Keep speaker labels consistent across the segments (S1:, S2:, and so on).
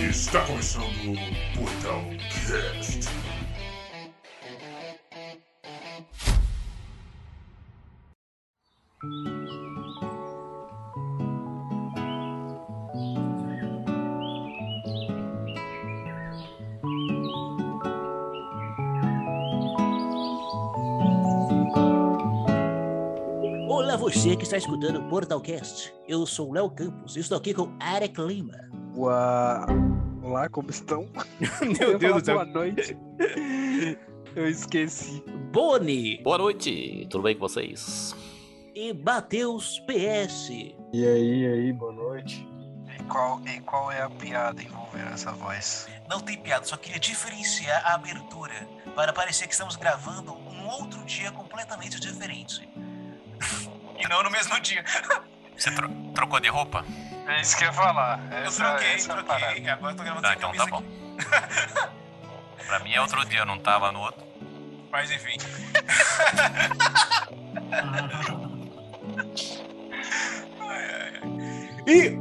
S1: Está começando o Portal Cast.
S2: Olá, você que está escutando o Portalcast. Eu sou o Léo Campos e estou aqui com Arek Lima.
S3: Boa... Olá, como estão? Eu ia falar Boa noite. Eu esqueci.
S2: Boni
S4: Boa noite, tudo bem com vocês?
S2: e Mateus PS.
S5: E aí, e aí, boa noite.
S3: E qual, e qual é a piada envolvendo essa voz?
S2: Não tem piada, só queria diferenciar a abertura para parecer que estamos gravando um outro dia completamente diferente.
S6: E não no mesmo dia.
S4: Você tro- trocou de roupa?
S3: É isso que eu ia falar.
S6: Eu
S3: Essa,
S6: troquei,
S3: essa
S6: troquei.
S3: parada.
S6: Agora eu tô gravando
S4: Não,
S6: sem
S4: então
S6: camisa
S4: tá bom.
S6: aqui.
S4: Pra mim é outro dia, eu não tava no outro.
S6: Mas enfim.
S1: E hoje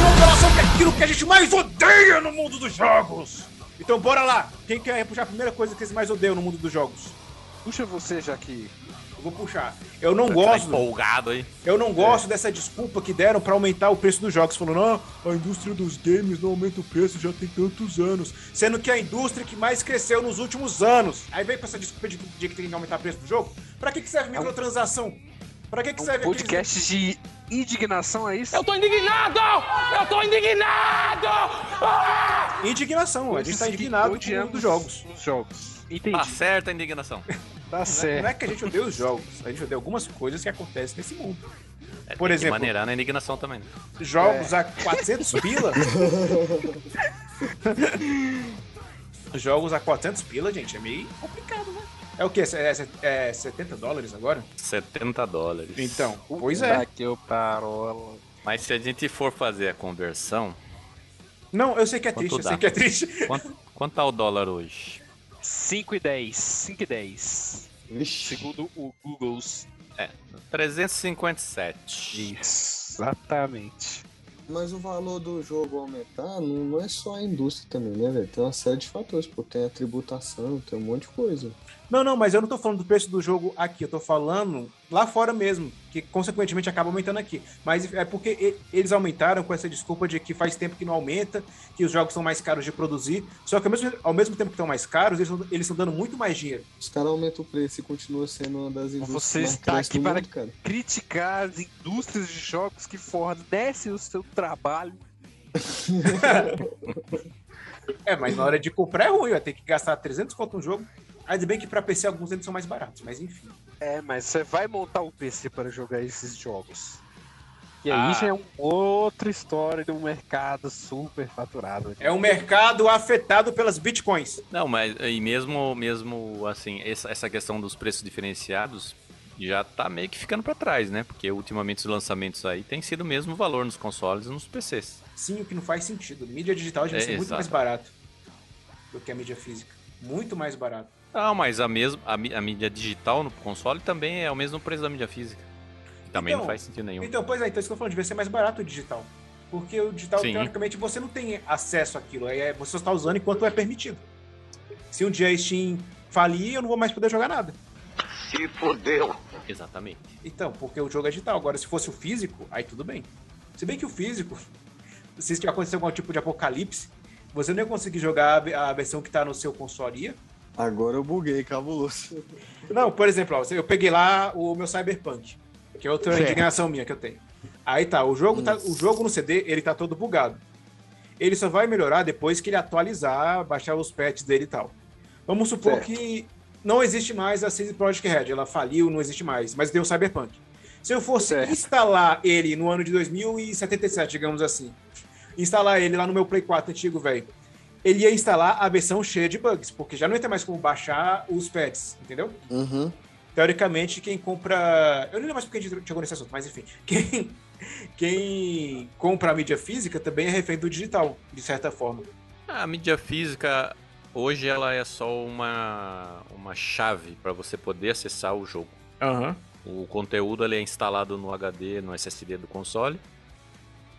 S1: vamos falar sobre aquilo que a gente mais odeia no mundo dos jogos. Então bora lá. Quem quer puxar a primeira coisa que vocês mais odeiam no mundo dos jogos?
S3: Puxa você, já que.
S1: Eu vou puxar. Eu não
S4: Tá
S1: gosto.
S4: empolgado aí.
S1: Eu não gosto dessa desculpa que deram pra aumentar o preço dos jogos, falando, ah, a indústria dos games não aumenta o preço já tem tantos anos, sendo que é a indústria que mais cresceu nos últimos anos. Aí vem com essa desculpa de, de que tem que aumentar o preço do jogo. Pra que, que serve microtransação? Pra que, que
S3: Um
S1: serve aqueles-
S3: podcast de indignação, é isso?
S4: tô indignado! Eu tô indignado!
S1: Indignação, a gente tá
S3: Esses
S1: indignado
S3: que odiam
S1: com os jogos.
S3: Os jogos. Ah, Entendi.
S4: Tá certa a indignação.
S3: tá
S1: Não é,
S3: certo.
S1: não é que a gente odeia os jogos, a gente odeia algumas coisas que acontecem nesse mundo.
S4: É,
S1: Por
S4: tem que
S1: exemplo.
S4: maneirar na indignação também. né?
S1: Jogos a 400 pila? Jogos a 400 pila, gente, é meio complicado, né? É o quê? É, é, é 70 dólares agora?
S4: 70 dólares.
S1: Então, pois é.
S3: Daqui eu parola.
S4: Mas se a gente for fazer a conversão,
S1: Não, eu sei que é
S4: Quanto
S1: triste, eu
S4: dá?
S1: sei que é triste.
S4: quanto, quanto tá o dólar hoje?
S3: 5 e 10. 5 e 10.
S5: Vixe.
S3: Segundo o Google's.
S4: 357.
S3: Exatamente.
S5: Mas o valor do jogo aumentar não, não é só a indústria também, né, velho? Tem uma série de fatores, pô. Tem a tributação, tem um monte de coisa.
S1: Não, não, mas eu não tô falando do preço do jogo aqui, eu tô falando lá fora mesmo, que consequentemente acaba aumentando aqui. Mas é porque e- eles aumentaram com essa desculpa de que faz tempo que não aumenta, que os jogos são mais caros de produzir. Só que ao mesmo, ao mesmo tempo que estão mais caros, eles tão- eles estão dando muito mais dinheiro.
S5: Os caras aumentam o preço e continua sendo uma das indústrias
S3: Você
S5: mais
S3: está
S5: caras
S3: aqui
S5: do
S3: para-
S5: mundo, cara.
S3: Criticar as indústrias de jogos que fornecem o seu trabalho.
S1: É, mas na hora de comprar é ruim, vai ter que gastar 300 conto no jogo. Ainda bem que pra PC alguns deles são mais baratos, mas enfim.
S3: É, mas você vai montar um o PC para jogar esses jogos. E
S4: Ah.
S3: aí já é uma outra história de um mercado super faturado.
S1: É um mercado afetado pelas bitcoins.
S4: Não, mas e mesmo, mesmo assim, essa essa questão dos preços diferenciados já tá meio que ficando pra trás, né? Porque ultimamente os lançamentos aí têm sido o mesmo valor nos consoles e nos PCs.
S1: Sim, o que não faz sentido. Mídia digital deve
S4: É,
S1: ser muito
S4: exato.
S1: mais barato do que a mídia física. Muito mais barato.
S4: Não, Ah, mas a, mesma, a, mí- a mídia digital no console também é o mesmo preço da mídia física. Também não
S1: Então,
S4: faz sentido nenhum.
S1: Então, pois é, então isso que eu tô falando, devia ser mais barato o digital. Porque o digital,
S4: Sim.
S1: teoricamente, você não tem acesso àquilo. aí É, você só está usando enquanto é permitido. Se um dia a Steam falir, eu não vou mais poder jogar nada.
S4: Exatamente.
S1: Então, porque o jogo é digital. Agora, se fosse o físico, aí tudo bem. Se bem que o físico, se acontecer algum tipo de apocalipse, você não ia conseguir jogar a ve- a versão que tá no seu console. ia.
S5: Agora eu buguei, cabuloso.
S1: Não, por exemplo, ó, eu peguei lá o meu Cyberpunk, que é outra
S3: Certo.
S1: indignação minha que eu tenho. Aí tá, o jogo, tá, o jogo no CD, ele tá todo bugado. Ele só vai melhorar depois que ele atualizar, baixar os patches dele e tal. Vamos supor
S5: Certo.
S1: que não existe mais a CD Projekt Red, ela faliu, não existe mais, mas deu o Cyberpunk. Se eu fosse
S3: Certo.
S1: instalar ele no ano de 2077, digamos assim, instalar ele lá no meu Play 4 antigo, velho, ele ia instalar a versão cheia de bugs, porque já não ia ter mais como baixar os patches, entendeu?
S5: Uhum.
S1: Teoricamente, quem compra. Eu não lembro mais porque a gente chegou nesse assunto, mas enfim. Quem, quem compra a mídia física também é refém do digital, de certa forma.
S4: Ah, A mídia física hoje ela é só uma, uma chave para você poder acessar o jogo. O conteúdo ele é instalado no HD, no SSD do console.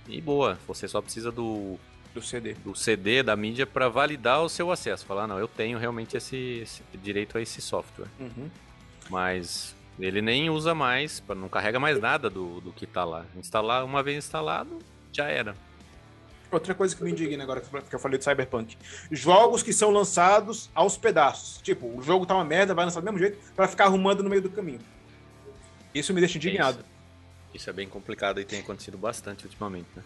S4: E boa, você só precisa do
S1: do CD.
S4: do CD da mídia para validar o seu acesso. Falar, não, eu tenho realmente esse, esse direito a esse software.
S1: Uhum.
S4: Mas ele nem usa mais, pra- não carrega mais nada do, do que tá lá. Instalar, uma vez instalado, já era.
S1: Outra coisa que me indigna agora, que eu falei de Cyberpunk. Jogos que são lançados aos pedaços. Tipo, o jogo tá uma merda, vai lançar do mesmo jeito, pra ficar arrumando no meio do caminho. Isso me deixa indignado.
S4: É Isso, isso é bem complicado e tem acontecido bastante ultimamente, né?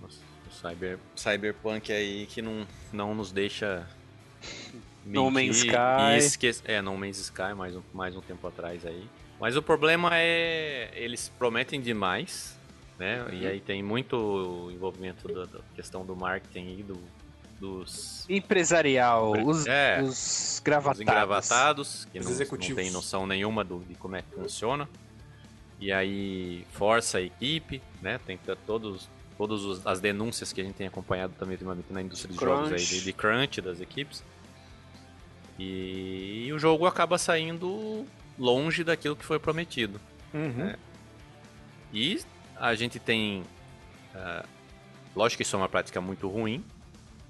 S4: Nossa, o cyber, cyberpunk aí que não, não nos deixa.
S3: No
S4: mentir
S3: Man's
S4: e
S3: Sky.
S4: esque- É, No Man's Sky, mais um, mais um tempo atrás aí. Mas o problema é. Eles prometem demais, né?
S3: Uhum.
S4: E aí tem muito envolvimento da, da questão do marketing e do, dos.
S3: Empresarial, os,
S4: É,
S3: os
S4: Os
S3: gravatados.
S4: engravatados, que
S1: Os
S4: não, não
S1: executivos.
S4: tem noção nenhuma do, de como é que funciona. E aí força a equipe, né? Tem t- todos todas os- as denúncias que a gente tem acompanhado também ultimamente na indústria de jogos aí,
S3: Crunch.
S4: de, de crunch das equipes. E, e o jogo acaba saindo longe daquilo que foi prometido.
S1: Uhum.
S4: É. E a gente tem. ah, lógico que isso é uma prática muito ruim,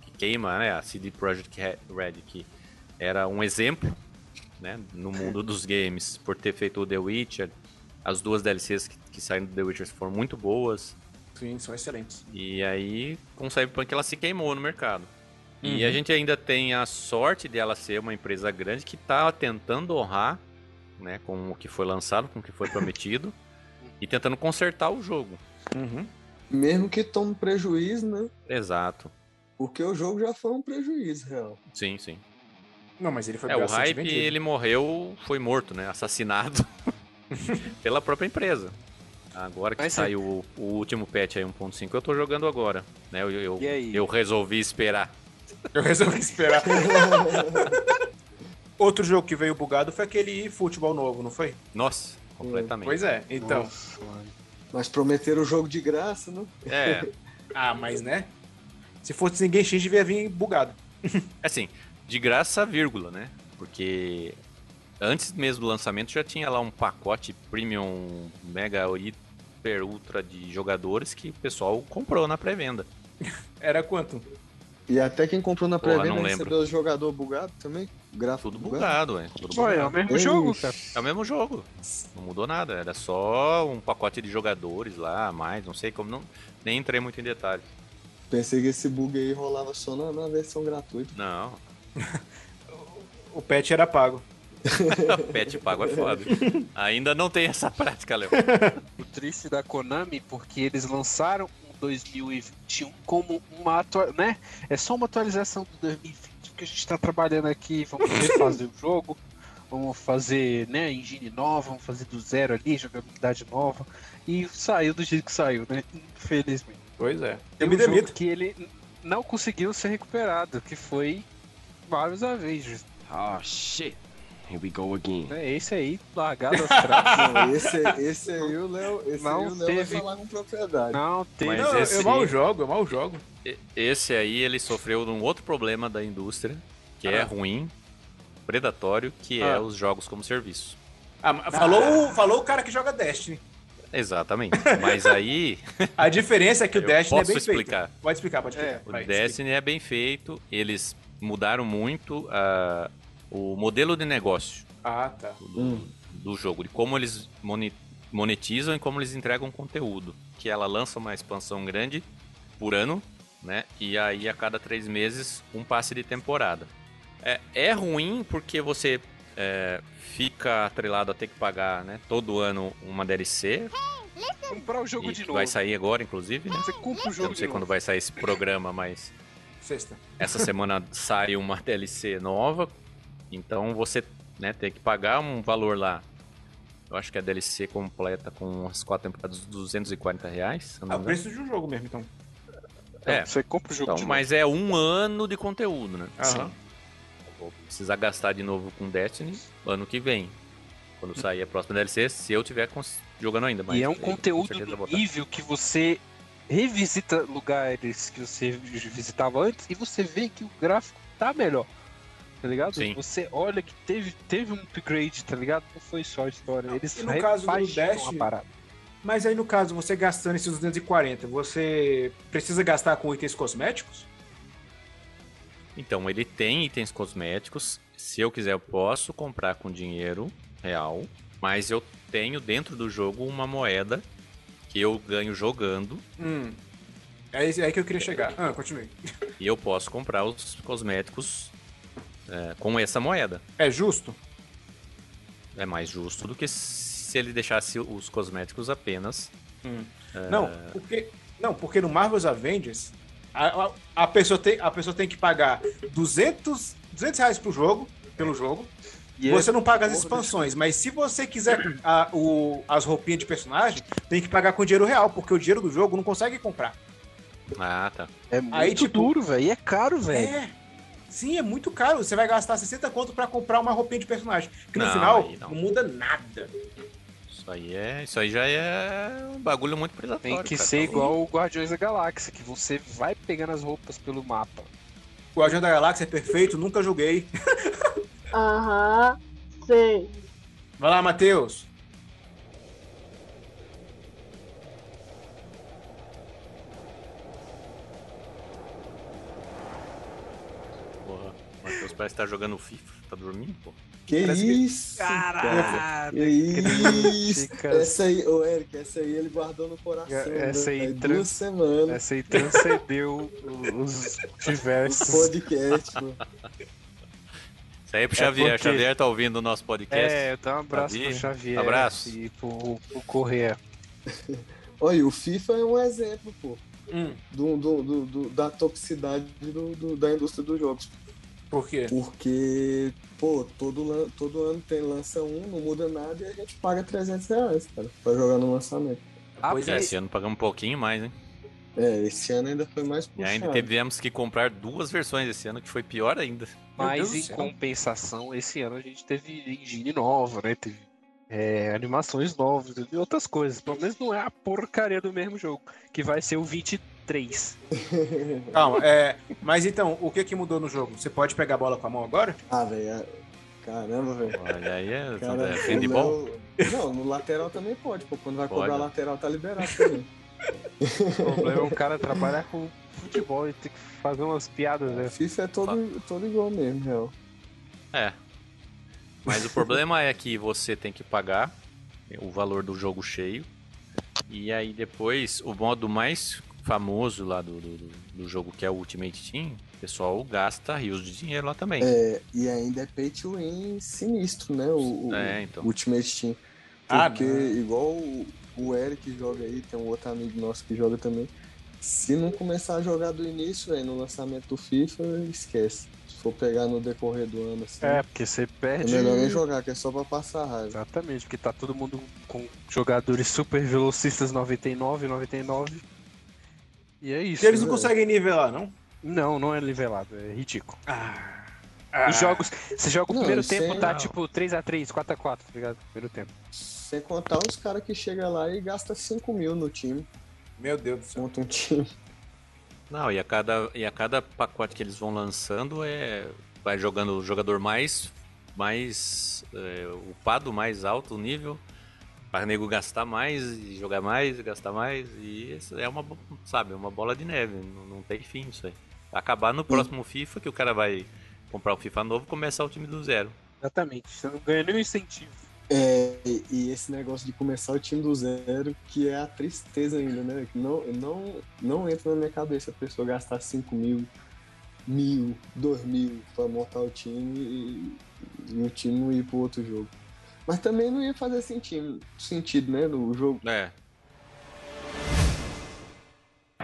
S4: que queima né, a CD Projekt Re- Red, que era um exemplo né, no mundo dos games, por ter feito o The Witcher. As duas DLCs que, que saíram do The Witcher foram muito boas.
S1: Sim, são excelentes.
S4: E aí, com o Cyberpunk, ela se queimou no mercado. E a gente ainda tem a sorte de ela ser uma empresa grande que está tentando honrar né, com o que foi lançado, com o que foi prometido, e tentando consertar o jogo.
S1: Uhum.
S5: Mesmo que tome prejuízo, né?
S4: Exato.
S5: Porque o jogo já foi um prejuízo real.
S4: Sim, sim.
S1: Não, mas ele foi
S4: É, o
S1: bastante
S4: hype,
S1: vendido.
S4: ele morreu, foi morto, né? Assassinado pela própria empresa. Agora que
S3: Mas,
S4: saiu o, o último patch aí, 1.5, eu tô jogando agora. Né? Eu, eu,
S3: E aí?
S4: eu resolvi esperar.
S1: Eu resolvi esperar. Outro jogo que veio bugado foi aquele futebol novo, não foi?
S4: Nossa, completamente.
S1: Pois é, então.
S5: Nossa, mano. Mas prometeram o jogo de graça, né?
S4: É,
S1: Ah, mas né? Se fosse ninguém X, devia vir bugado.
S4: Assim, de graça, vírgula, né? Porque antes mesmo do lançamento já tinha lá um pacote premium mega hiper ultra de jogadores que o pessoal comprou na pré-venda.
S1: Era quanto?
S5: E até quem comprou na
S4: Porra,
S5: pré-venda
S4: não
S5: recebeu o jogador bugado também. Gráfico
S4: Tudo bugado, é. Tudo
S3: Ué, é
S4: bugado.
S3: o mesmo
S5: Ei.
S3: jogo, cara.
S4: É o mesmo jogo. Não mudou nada. Era só um pacote de jogadores lá, a mais, não sei como. Não, nem entrei muito em detalhes.
S5: Pensei que esse bug aí rolava só na, na versão gratuita.
S4: Não.
S1: O patch era pago.
S4: Pet pago é foda. Ainda não tem essa prática, Léo.
S3: O triste da Konami, porque eles lançaram o 2021 como uma atualização, né? É só uma atualização do 2020 que a gente tá trabalhando aqui, vamos refazer o jogo, vamos fazer, né, engine nova, vamos fazer do zero ali, jogabilidade nova, e saiu do jeito que saiu, né? Infelizmente.
S1: Pois é.
S3: Tem
S1: Eu me
S3: um jogo
S1: demito.
S3: que ele n- não conseguiu ser recuperado, que foi vários Avengers.
S7: Oh shit. Here we go again.
S3: né? Esse aí, largado atrás,
S5: Não, esse, esse aí o Léo, esse
S3: Não
S5: aí o Léo
S3: teve-
S5: vai falar com propriedade.
S3: não teve.
S4: Mas
S1: Não,
S4: esse-
S1: eu mal jogo, eu mal jogo.
S4: E- Esse aí ele sofreu de um outro problema da indústria, que
S1: Ah.
S4: é ruim, predatório, que é
S3: Ah.
S4: os jogos como serviço.
S1: Ah, mas falou, o- falou o cara que joga Destiny.
S4: Exatamente. Mas aí
S1: A diferença é que o
S4: Eu
S1: Destiny é
S4: posso
S1: bem
S4: explicar.
S1: feito. Pode explicar, pode explicar.
S4: o
S1: vai,
S4: Destiny é bem feito, eles mudaram muito ah, o modelo de negócio
S1: explica. Ah, tá.
S4: do, do jogo, de como eles moni- monetizam e como eles entregam conteúdo. Que ela lança uma expansão grande por ano, né? E aí a cada três meses um passe de temporada. É, é ruim porque você é, fica atrelado a ter que pagar, né? Todo ano uma DLC
S3: comprar o jogo
S4: e
S3: de
S4: que
S3: novo.
S4: vai sair agora, inclusive. Né?
S3: Você compra o
S4: Eu
S3: jogo
S4: não sei
S3: de
S4: quando
S3: novo.
S4: vai sair esse programa, mas
S1: Sexta.
S4: essa semana sai uma DLC nova, então você né, tem que pagar um valor lá. Eu acho que a DLC completa com as quatro temporadas, 240 reais. se eu não
S1: Ah,
S4: me
S1: o
S4: engano.
S1: preço de um jogo mesmo, então.
S4: É.
S3: Você compra o jogo
S4: Então,
S3: de novo.
S4: mas é um ano de conteúdo, né?
S1: Aham.
S4: Eu Vou precisar gastar de novo com Destiny ano que vem. Quando sair a próxima DLC, se eu tiver cons- jogando ainda. Mas
S3: e é um
S4: aí, com
S3: conteúdo
S4: certeza eu
S3: do
S4: vou botar.
S3: nível que você revisita lugares que você visitava antes e você vê que o gráfico tá melhor. Tá ligado?
S4: Sim.
S3: Você olha que teve, teve um upgrade, tá ligado? Não foi só a história. Eles
S1: e no caso do
S3: repaginam a
S1: Destiny,
S3: parada.
S1: Mas aí, no caso, você gastando esses 240, você precisa gastar com itens cosméticos?
S4: Então, ele tem itens cosméticos. Se eu quiser, eu posso comprar com dinheiro real. Mas eu tenho dentro do jogo uma moeda que eu ganho jogando.
S1: Hum. É isso- é aí que eu queria chegar. Ah, continue.
S4: E eu posso comprar os cosméticos é, com essa moeda.
S1: É justo?
S4: É mais justo do que se ele deixasse os cosméticos apenas.
S3: É.
S1: Não, porque, não, porque no Marvel's Avengers, a, a, a pessoa, tem, a pessoa tem que pagar 200, 200 reais pro jogo, pelo jogo.
S3: E é-
S1: Você não paga as
S3: porra,
S1: expansões, mas se você quiser a- o- as roupinhas de personagem, tem que pagar com dinheiro real, porque o dinheiro do jogo não consegue comprar.
S4: Ah, tá.
S3: É muito
S1: Aí, tipo-
S3: duro, velho. E é caro, velho.
S1: É. Sim, é muito caro. Você vai gastar 60 conto pra comprar uma roupinha de personagem. Que no
S4: Não,
S1: final
S4: aí
S1: não.
S4: não.
S1: muda nada.
S4: Isso aí é. Isso aí já é um bagulho muito predatório.
S3: Tem que
S4: cara. tá
S3: ser igual o Guardiões da Galáxia, que você vai pegando as roupas pelo mapa.
S1: O Guardião da Galáxia é perfeito, nunca joguei.
S8: Aham, sei.
S1: Vai lá, Matheus.
S4: Porra, o Matheus parece que tá jogando FIFA. Tá dormindo, pô.
S5: Que
S3: Parece que-
S5: isso? cara? Que
S3: Caralho!
S5: isso?
S3: cara.
S5: Essa aí, ô Eric, essa aí ele guardou no coração.
S3: Essa
S5: né,
S3: aí
S5: velho?
S3: trans-
S5: duas semanas.
S3: Essa aí transcendeu o- então, os
S5: no
S3: diversos.
S5: podcast, mano.
S4: Isso aí é pro
S3: É
S4: Xavier.
S3: porque-
S4: Xavier tá ouvindo o nosso podcast.
S3: É, dá um abraço
S4: Davi,
S3: pro Xavier
S4: abraço.
S3: e pro, pro Correa.
S5: Olha, o FIFA é um exemplo, pô,
S1: Hum,
S5: do, do- do- do- da toxicidade do- do- da indústria dos jogos.
S1: por quê?
S5: Porque, pô, todo, lan- todo ano tem lança um, não muda nada e a gente paga 300 reais, cara, pra jogar no lançamento.
S1: Pois
S4: É,
S1: é.
S4: Esse ano pagamos um pouquinho mais, hein?
S5: É, esse ano ainda foi mais
S4: E
S5: puxado.
S4: ainda tivemos que comprar duas versões esse ano, que foi pior ainda.
S1: Deus
S3: Mas
S1: do
S3: em
S1: céu.
S3: compensação, esse ano a gente teve engine nova, né? Teve é, animações novas e outras coisas. Pelo menos não é a porcaria do mesmo jogo, que vai ser o 23.
S1: Calma, é. Mas então, o que que mudou no jogo? Você pode pegar a bola com a mão agora?
S5: Ah, velho, ah, caramba, velho.
S4: Olha aí, é,
S5: Cara,
S4: é handball?
S5: não- Não, no lateral também pode, pô. Quando vai
S4: Pode.
S5: cobrar lateral, tá liberado também.
S3: O problema é o cara trabalhar com futebol e ter que fazer umas piadas, né?
S5: FIFA é todo,
S4: Tá.
S5: todo igual mesmo, real.
S4: É. Mas o problema é que você tem que pagar o valor do jogo cheio. E aí depois, o modo mais famoso lá do, do, do jogo, que é o Ultimate Team, o pessoal gasta rios de dinheiro lá também.
S5: É, e ainda é pay to win sinistro, né? O, o-
S4: É, então.
S5: o Ultimate Team.
S1: Ah,
S5: Porque
S1: não.
S5: igual o, o Eric joga aí, tem um outro amigo nosso que joga também. Se não começar a jogar do início, velho, no lançamento do FIFA, esquece. Se for pegar no decorrer do ano, assim,
S3: É,
S5: é,
S3: porque você perde.
S5: melhor nem jogar, que é só pra passar raiva.
S3: Exatamente, porque tá todo mundo com jogadores super velocistas 99, 99. E é isso.
S1: Eles não
S5: é.
S1: conseguem nivelar, não?
S3: Não, não é nivelado, é ridículo.
S1: Ah.
S3: E jogos, você joga o
S5: Não,
S3: primeiro
S5: isso
S3: tempo,
S5: é-
S3: tá
S4: não.
S3: tipo 3x3, 4x4, tá ligado? Primeiro tempo.
S5: Sem contar os caras que chegam lá e gastam 5 mil no time,
S1: ah, Meu Deus do céu.
S5: monta um time.
S4: Não, e a, cada, e a cada pacote que eles vão lançando é. Vai jogando o jogador mais. mais. É, upado, mais alto o nível. Para nego gastar mais e jogar mais e gastar mais. E isso é uma. bo- Sabe, é uma bola de neve. Não, não tem fim isso aí. Acabar no próximo FIFA, que o cara vai comprar o FIFA novo e começar o time do zero.
S3: Exatamente, você não ganha nenhum incentivo.
S5: É, e- e esse negócio de começar o time do zero, que é a tristeza ainda, né? Que Não, não, não entra na minha cabeça a pessoa gastar 5 mil, mil, dois mil pra montar o time e, e o time não ir pro outro jogo. Mas também não ia fazer sentido, sentido né? No jogo.
S4: É.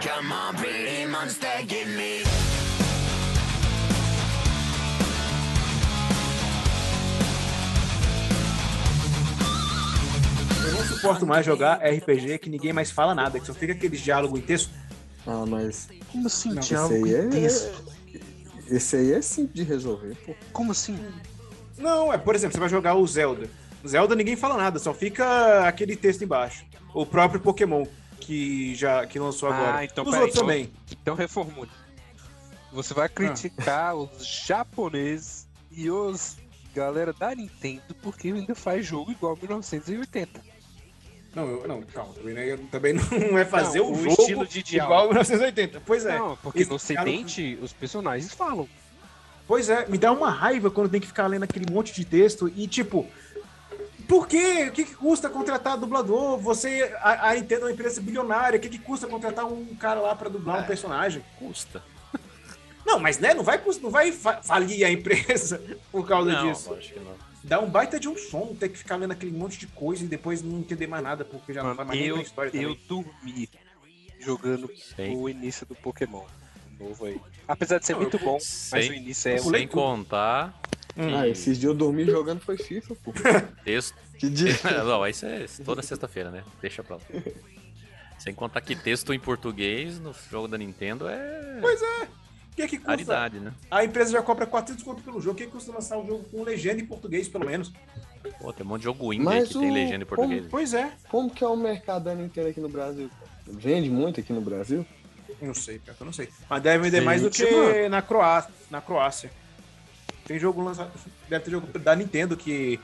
S7: Come on, pretty monster, give me.
S1: Eu não suporto mais jogar RPG que ninguém mais fala nada, que só fica aquele diálogo em texto.
S5: Ah, mas
S3: Como assim,
S1: Não,
S5: esse aí é,
S3: intenso?
S5: esse aí é simples de resolver. pô.
S3: Como assim?
S1: Não, é, por exemplo, você vai jogar o Zelda. O Zelda ninguém fala nada, só fica aquele texto embaixo. O próprio Pokémon, que já que lançou
S3: Ah,
S1: agora.
S3: então,
S1: Os
S3: peraí,
S1: outros
S3: então-
S1: também.
S3: Então reformule. Você vai criticar os japoneses e os galera da Nintendo porque ainda faz jogo igual 1980.
S1: Não, eu, não, calma. Também, né? Eu- também não é fazer
S3: Não,
S1: o,
S3: o
S1: jogo
S3: estilo de diálogo.
S1: igual 1980. Pois é.
S3: Não, porque
S1: Esse
S3: no
S1: cara-
S3: ocidente os personagens falam.
S1: Pois é, me dá uma raiva quando tem que ficar lendo aquele monte de texto e tipo. Por quê? O que, que custa contratar dublador? Você, a, a Nintendo é uma empresa bilionária, o que, que custa contratar um cara lá pra dublar um personagem?
S4: É, Custa.
S1: Não, mas né, não vai, cust- não vai fa- falir a empresa por causa
S4: Não,
S1: disso.
S4: acho que não.
S1: Dá um baita de um som, ter que ficar lendo aquele monte de coisa e depois não entender mais nada, porque já não vai
S3: Mano,
S1: mais nem
S3: eu,
S1: pra história
S3: eu
S1: também.
S3: dormi jogando
S4: Sem-
S3: o início do Pokémon. Novo aí. Apesar de ser
S1: Não,
S3: muito bom, mas
S4: Sem,
S3: o início é
S1: eu
S3: o
S1: pulei
S4: sem contar.
S1: Hum.
S5: Ah, esses dias eu dormi jogando foi FIFA, pô.
S4: Texto.
S5: Que dia.
S4: não, isso é toda sexta-feira, né? Deixa pra lá. Sem contar que texto em português no jogo da Nintendo é
S1: O que,
S3: é,
S1: que custa?
S4: raridade, né?
S1: A empresa já cobra 400 conto pelo jogo, o que, que custa lançar um jogo com legenda em português, pelo menos?
S4: Pô, tem um monte de jogo indie aí
S5: Mas
S4: que tem
S5: o-
S4: legenda em português. né?
S1: Pois é.
S5: Como que é o mercado da Nintendo aqui no Brasil? Vende muito aqui no Brasil?
S1: Eu Não sei, cara, eu não sei. Mas deve vender
S5: Gente,
S1: mais do que
S5: mano.
S1: na, Croá na Croácia. Tem jogo lançado. Deve ter jogo da Nintendo que,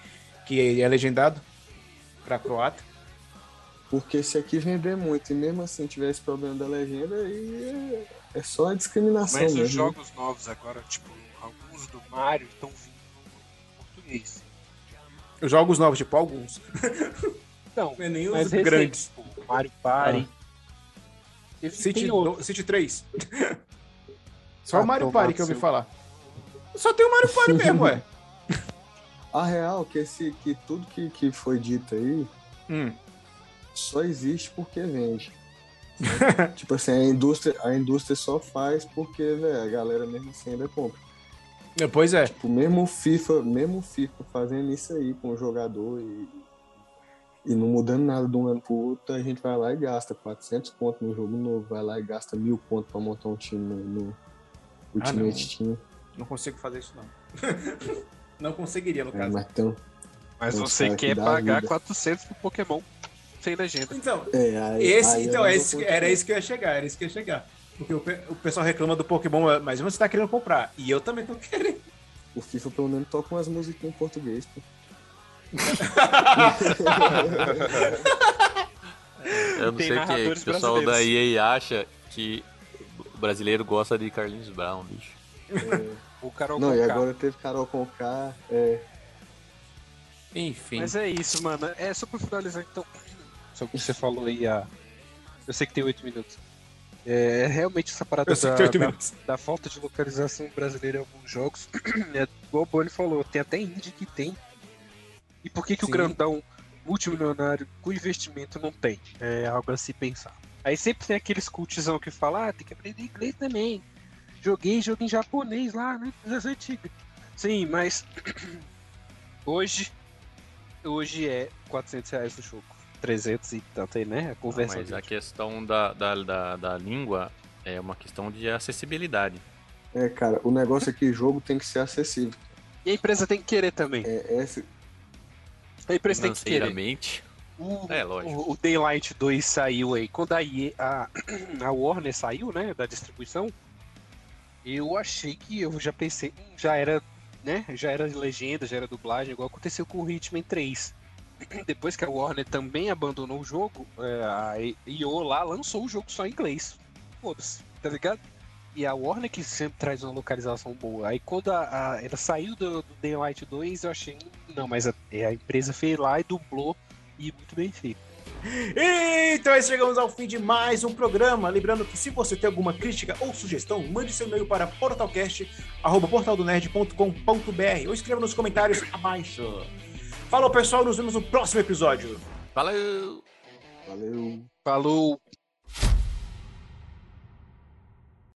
S1: que é legendado pra croata.
S5: Porque se aqui vender muito e mesmo assim tiver esse problema da legenda, aí é, é só a discriminação
S3: Mas os
S5: mesmo. né?
S3: jogos novos agora, tipo, alguns do Mario estão vindo em português.
S1: Os jogos novos, tipo, alguns.
S3: Não,
S1: Não é nem os
S3: mas recente,
S1: grandes.
S3: tipo, Mario Party. Teve-
S1: City,
S3: Ah. tem
S1: do-
S3: outro.
S1: City 3. Só o
S5: Ah,
S1: Mario
S5: tomar
S1: Party que eu ouvi
S5: seu-
S1: falar. Só tem o Mario Party mesmo, ué.
S5: A real é que, esse, que tudo que, que foi dito aí
S1: Hum.
S5: só existe porque vende. tipo assim, a indústria, a indústria só faz porque velho, a galera mesmo assim ainda compra.
S1: Pois é.
S5: Tipo, mesmo o FIFA, mesmo o FIFA fazendo isso aí com o jogador e, e não mudando nada de um ano pro outro, a gente vai lá e gasta 400 pontos no jogo novo, vai lá e gasta mil pontos pra montar um time no, no Ultimate Team.
S1: Ah, Não consigo fazer isso, não. não conseguiria, no
S5: É,
S1: caso.
S5: mas então,
S3: Mas
S5: Nossa,
S3: você
S5: cara, que
S3: quer
S5: dá
S3: pagar
S5: vida.
S3: 400 pro Pokémon sem legenda.
S1: Então,
S5: é, aí,
S1: Esse,
S5: aí eu
S1: então,
S5: não dou
S1: esse-
S5: conta,
S1: era
S5: não.
S1: isso que eu ia chegar, era isso que eu ia chegar. Porque o, pe- o pessoal reclama do Pokémon, mas você tá querendo comprar. E eu também tô querendo.
S5: O FIFA pelo menos toca umas musiquinhas em português, pô.
S4: Eu
S3: é
S4: não
S3: Tem
S4: sei o que
S3: narradores
S4: o pessoal da
S3: brasileiros.
S4: EA acha que o brasileiro gosta de Carlinhos Brown, bicho.
S3: O Carol
S5: Não, e
S3: Conká.
S5: agora teve Carol Conká. É,
S4: Enfim.
S3: Mas é isso, mano. É só pra finalizar, então. Sobre o que você falou aí, a... eu sei que tem oito minutos. É realmente essa parada da, da-
S1: minutos.
S3: da falta de localização brasileira em alguns jogos. é, igual o Bonnie falou, tem até indie que tem. E por que, que o
S1: Sim.
S3: grandão multimilionário com investimento não tem? É algo a se pensar. Aí sempre tem aqueles cultizão que fala, ah, tem que aprender inglês também. Joguei jogo em japonês lá, né? Das antigas. Sim, mas hoje, hoje é 400 reais o jogo. 300 e tanto aí, né? A conversa.
S4: Mas a questão da, da, da, da língua é uma questão de acessibilidade.
S5: é, cara, o negócio é que jogo tem que ser acessível.
S3: E a empresa tem que querer também.
S5: É, essa,
S3: A empresa tem que querer.
S4: Financeiramente.
S3: O,
S4: É, lógico.
S3: o- o Daylight 2 saiu aí. Quando a, EA a, a Warner saiu, né, da distribuição, eu achei que eu já pensei, hum, já era, né, já era legenda, já era dublagem, igual aconteceu com o Hitman 3. Depois que a Warner também abandonou o jogo, é, a IO lá lançou o jogo só em inglês. Foda-se, tá ligado? E a Warner que sempre traz uma localização boa. Aí quando a, a- ela saiu do, do Daylight 2, eu achei, hum, não, mas a, a empresa foi lá e dublou e muito bem feito.
S1: Então, aí chegamos ao fim de mais um programa. Lembrando que se você tem alguma crítica ou sugestão, mande seu e-mail para portalcast.portaldonerd.com.br ou escreva nos comentários abaixo. Falou, pessoal, nos vemos no próximo episódio.
S4: Valeu!
S5: valeu.
S3: Falou!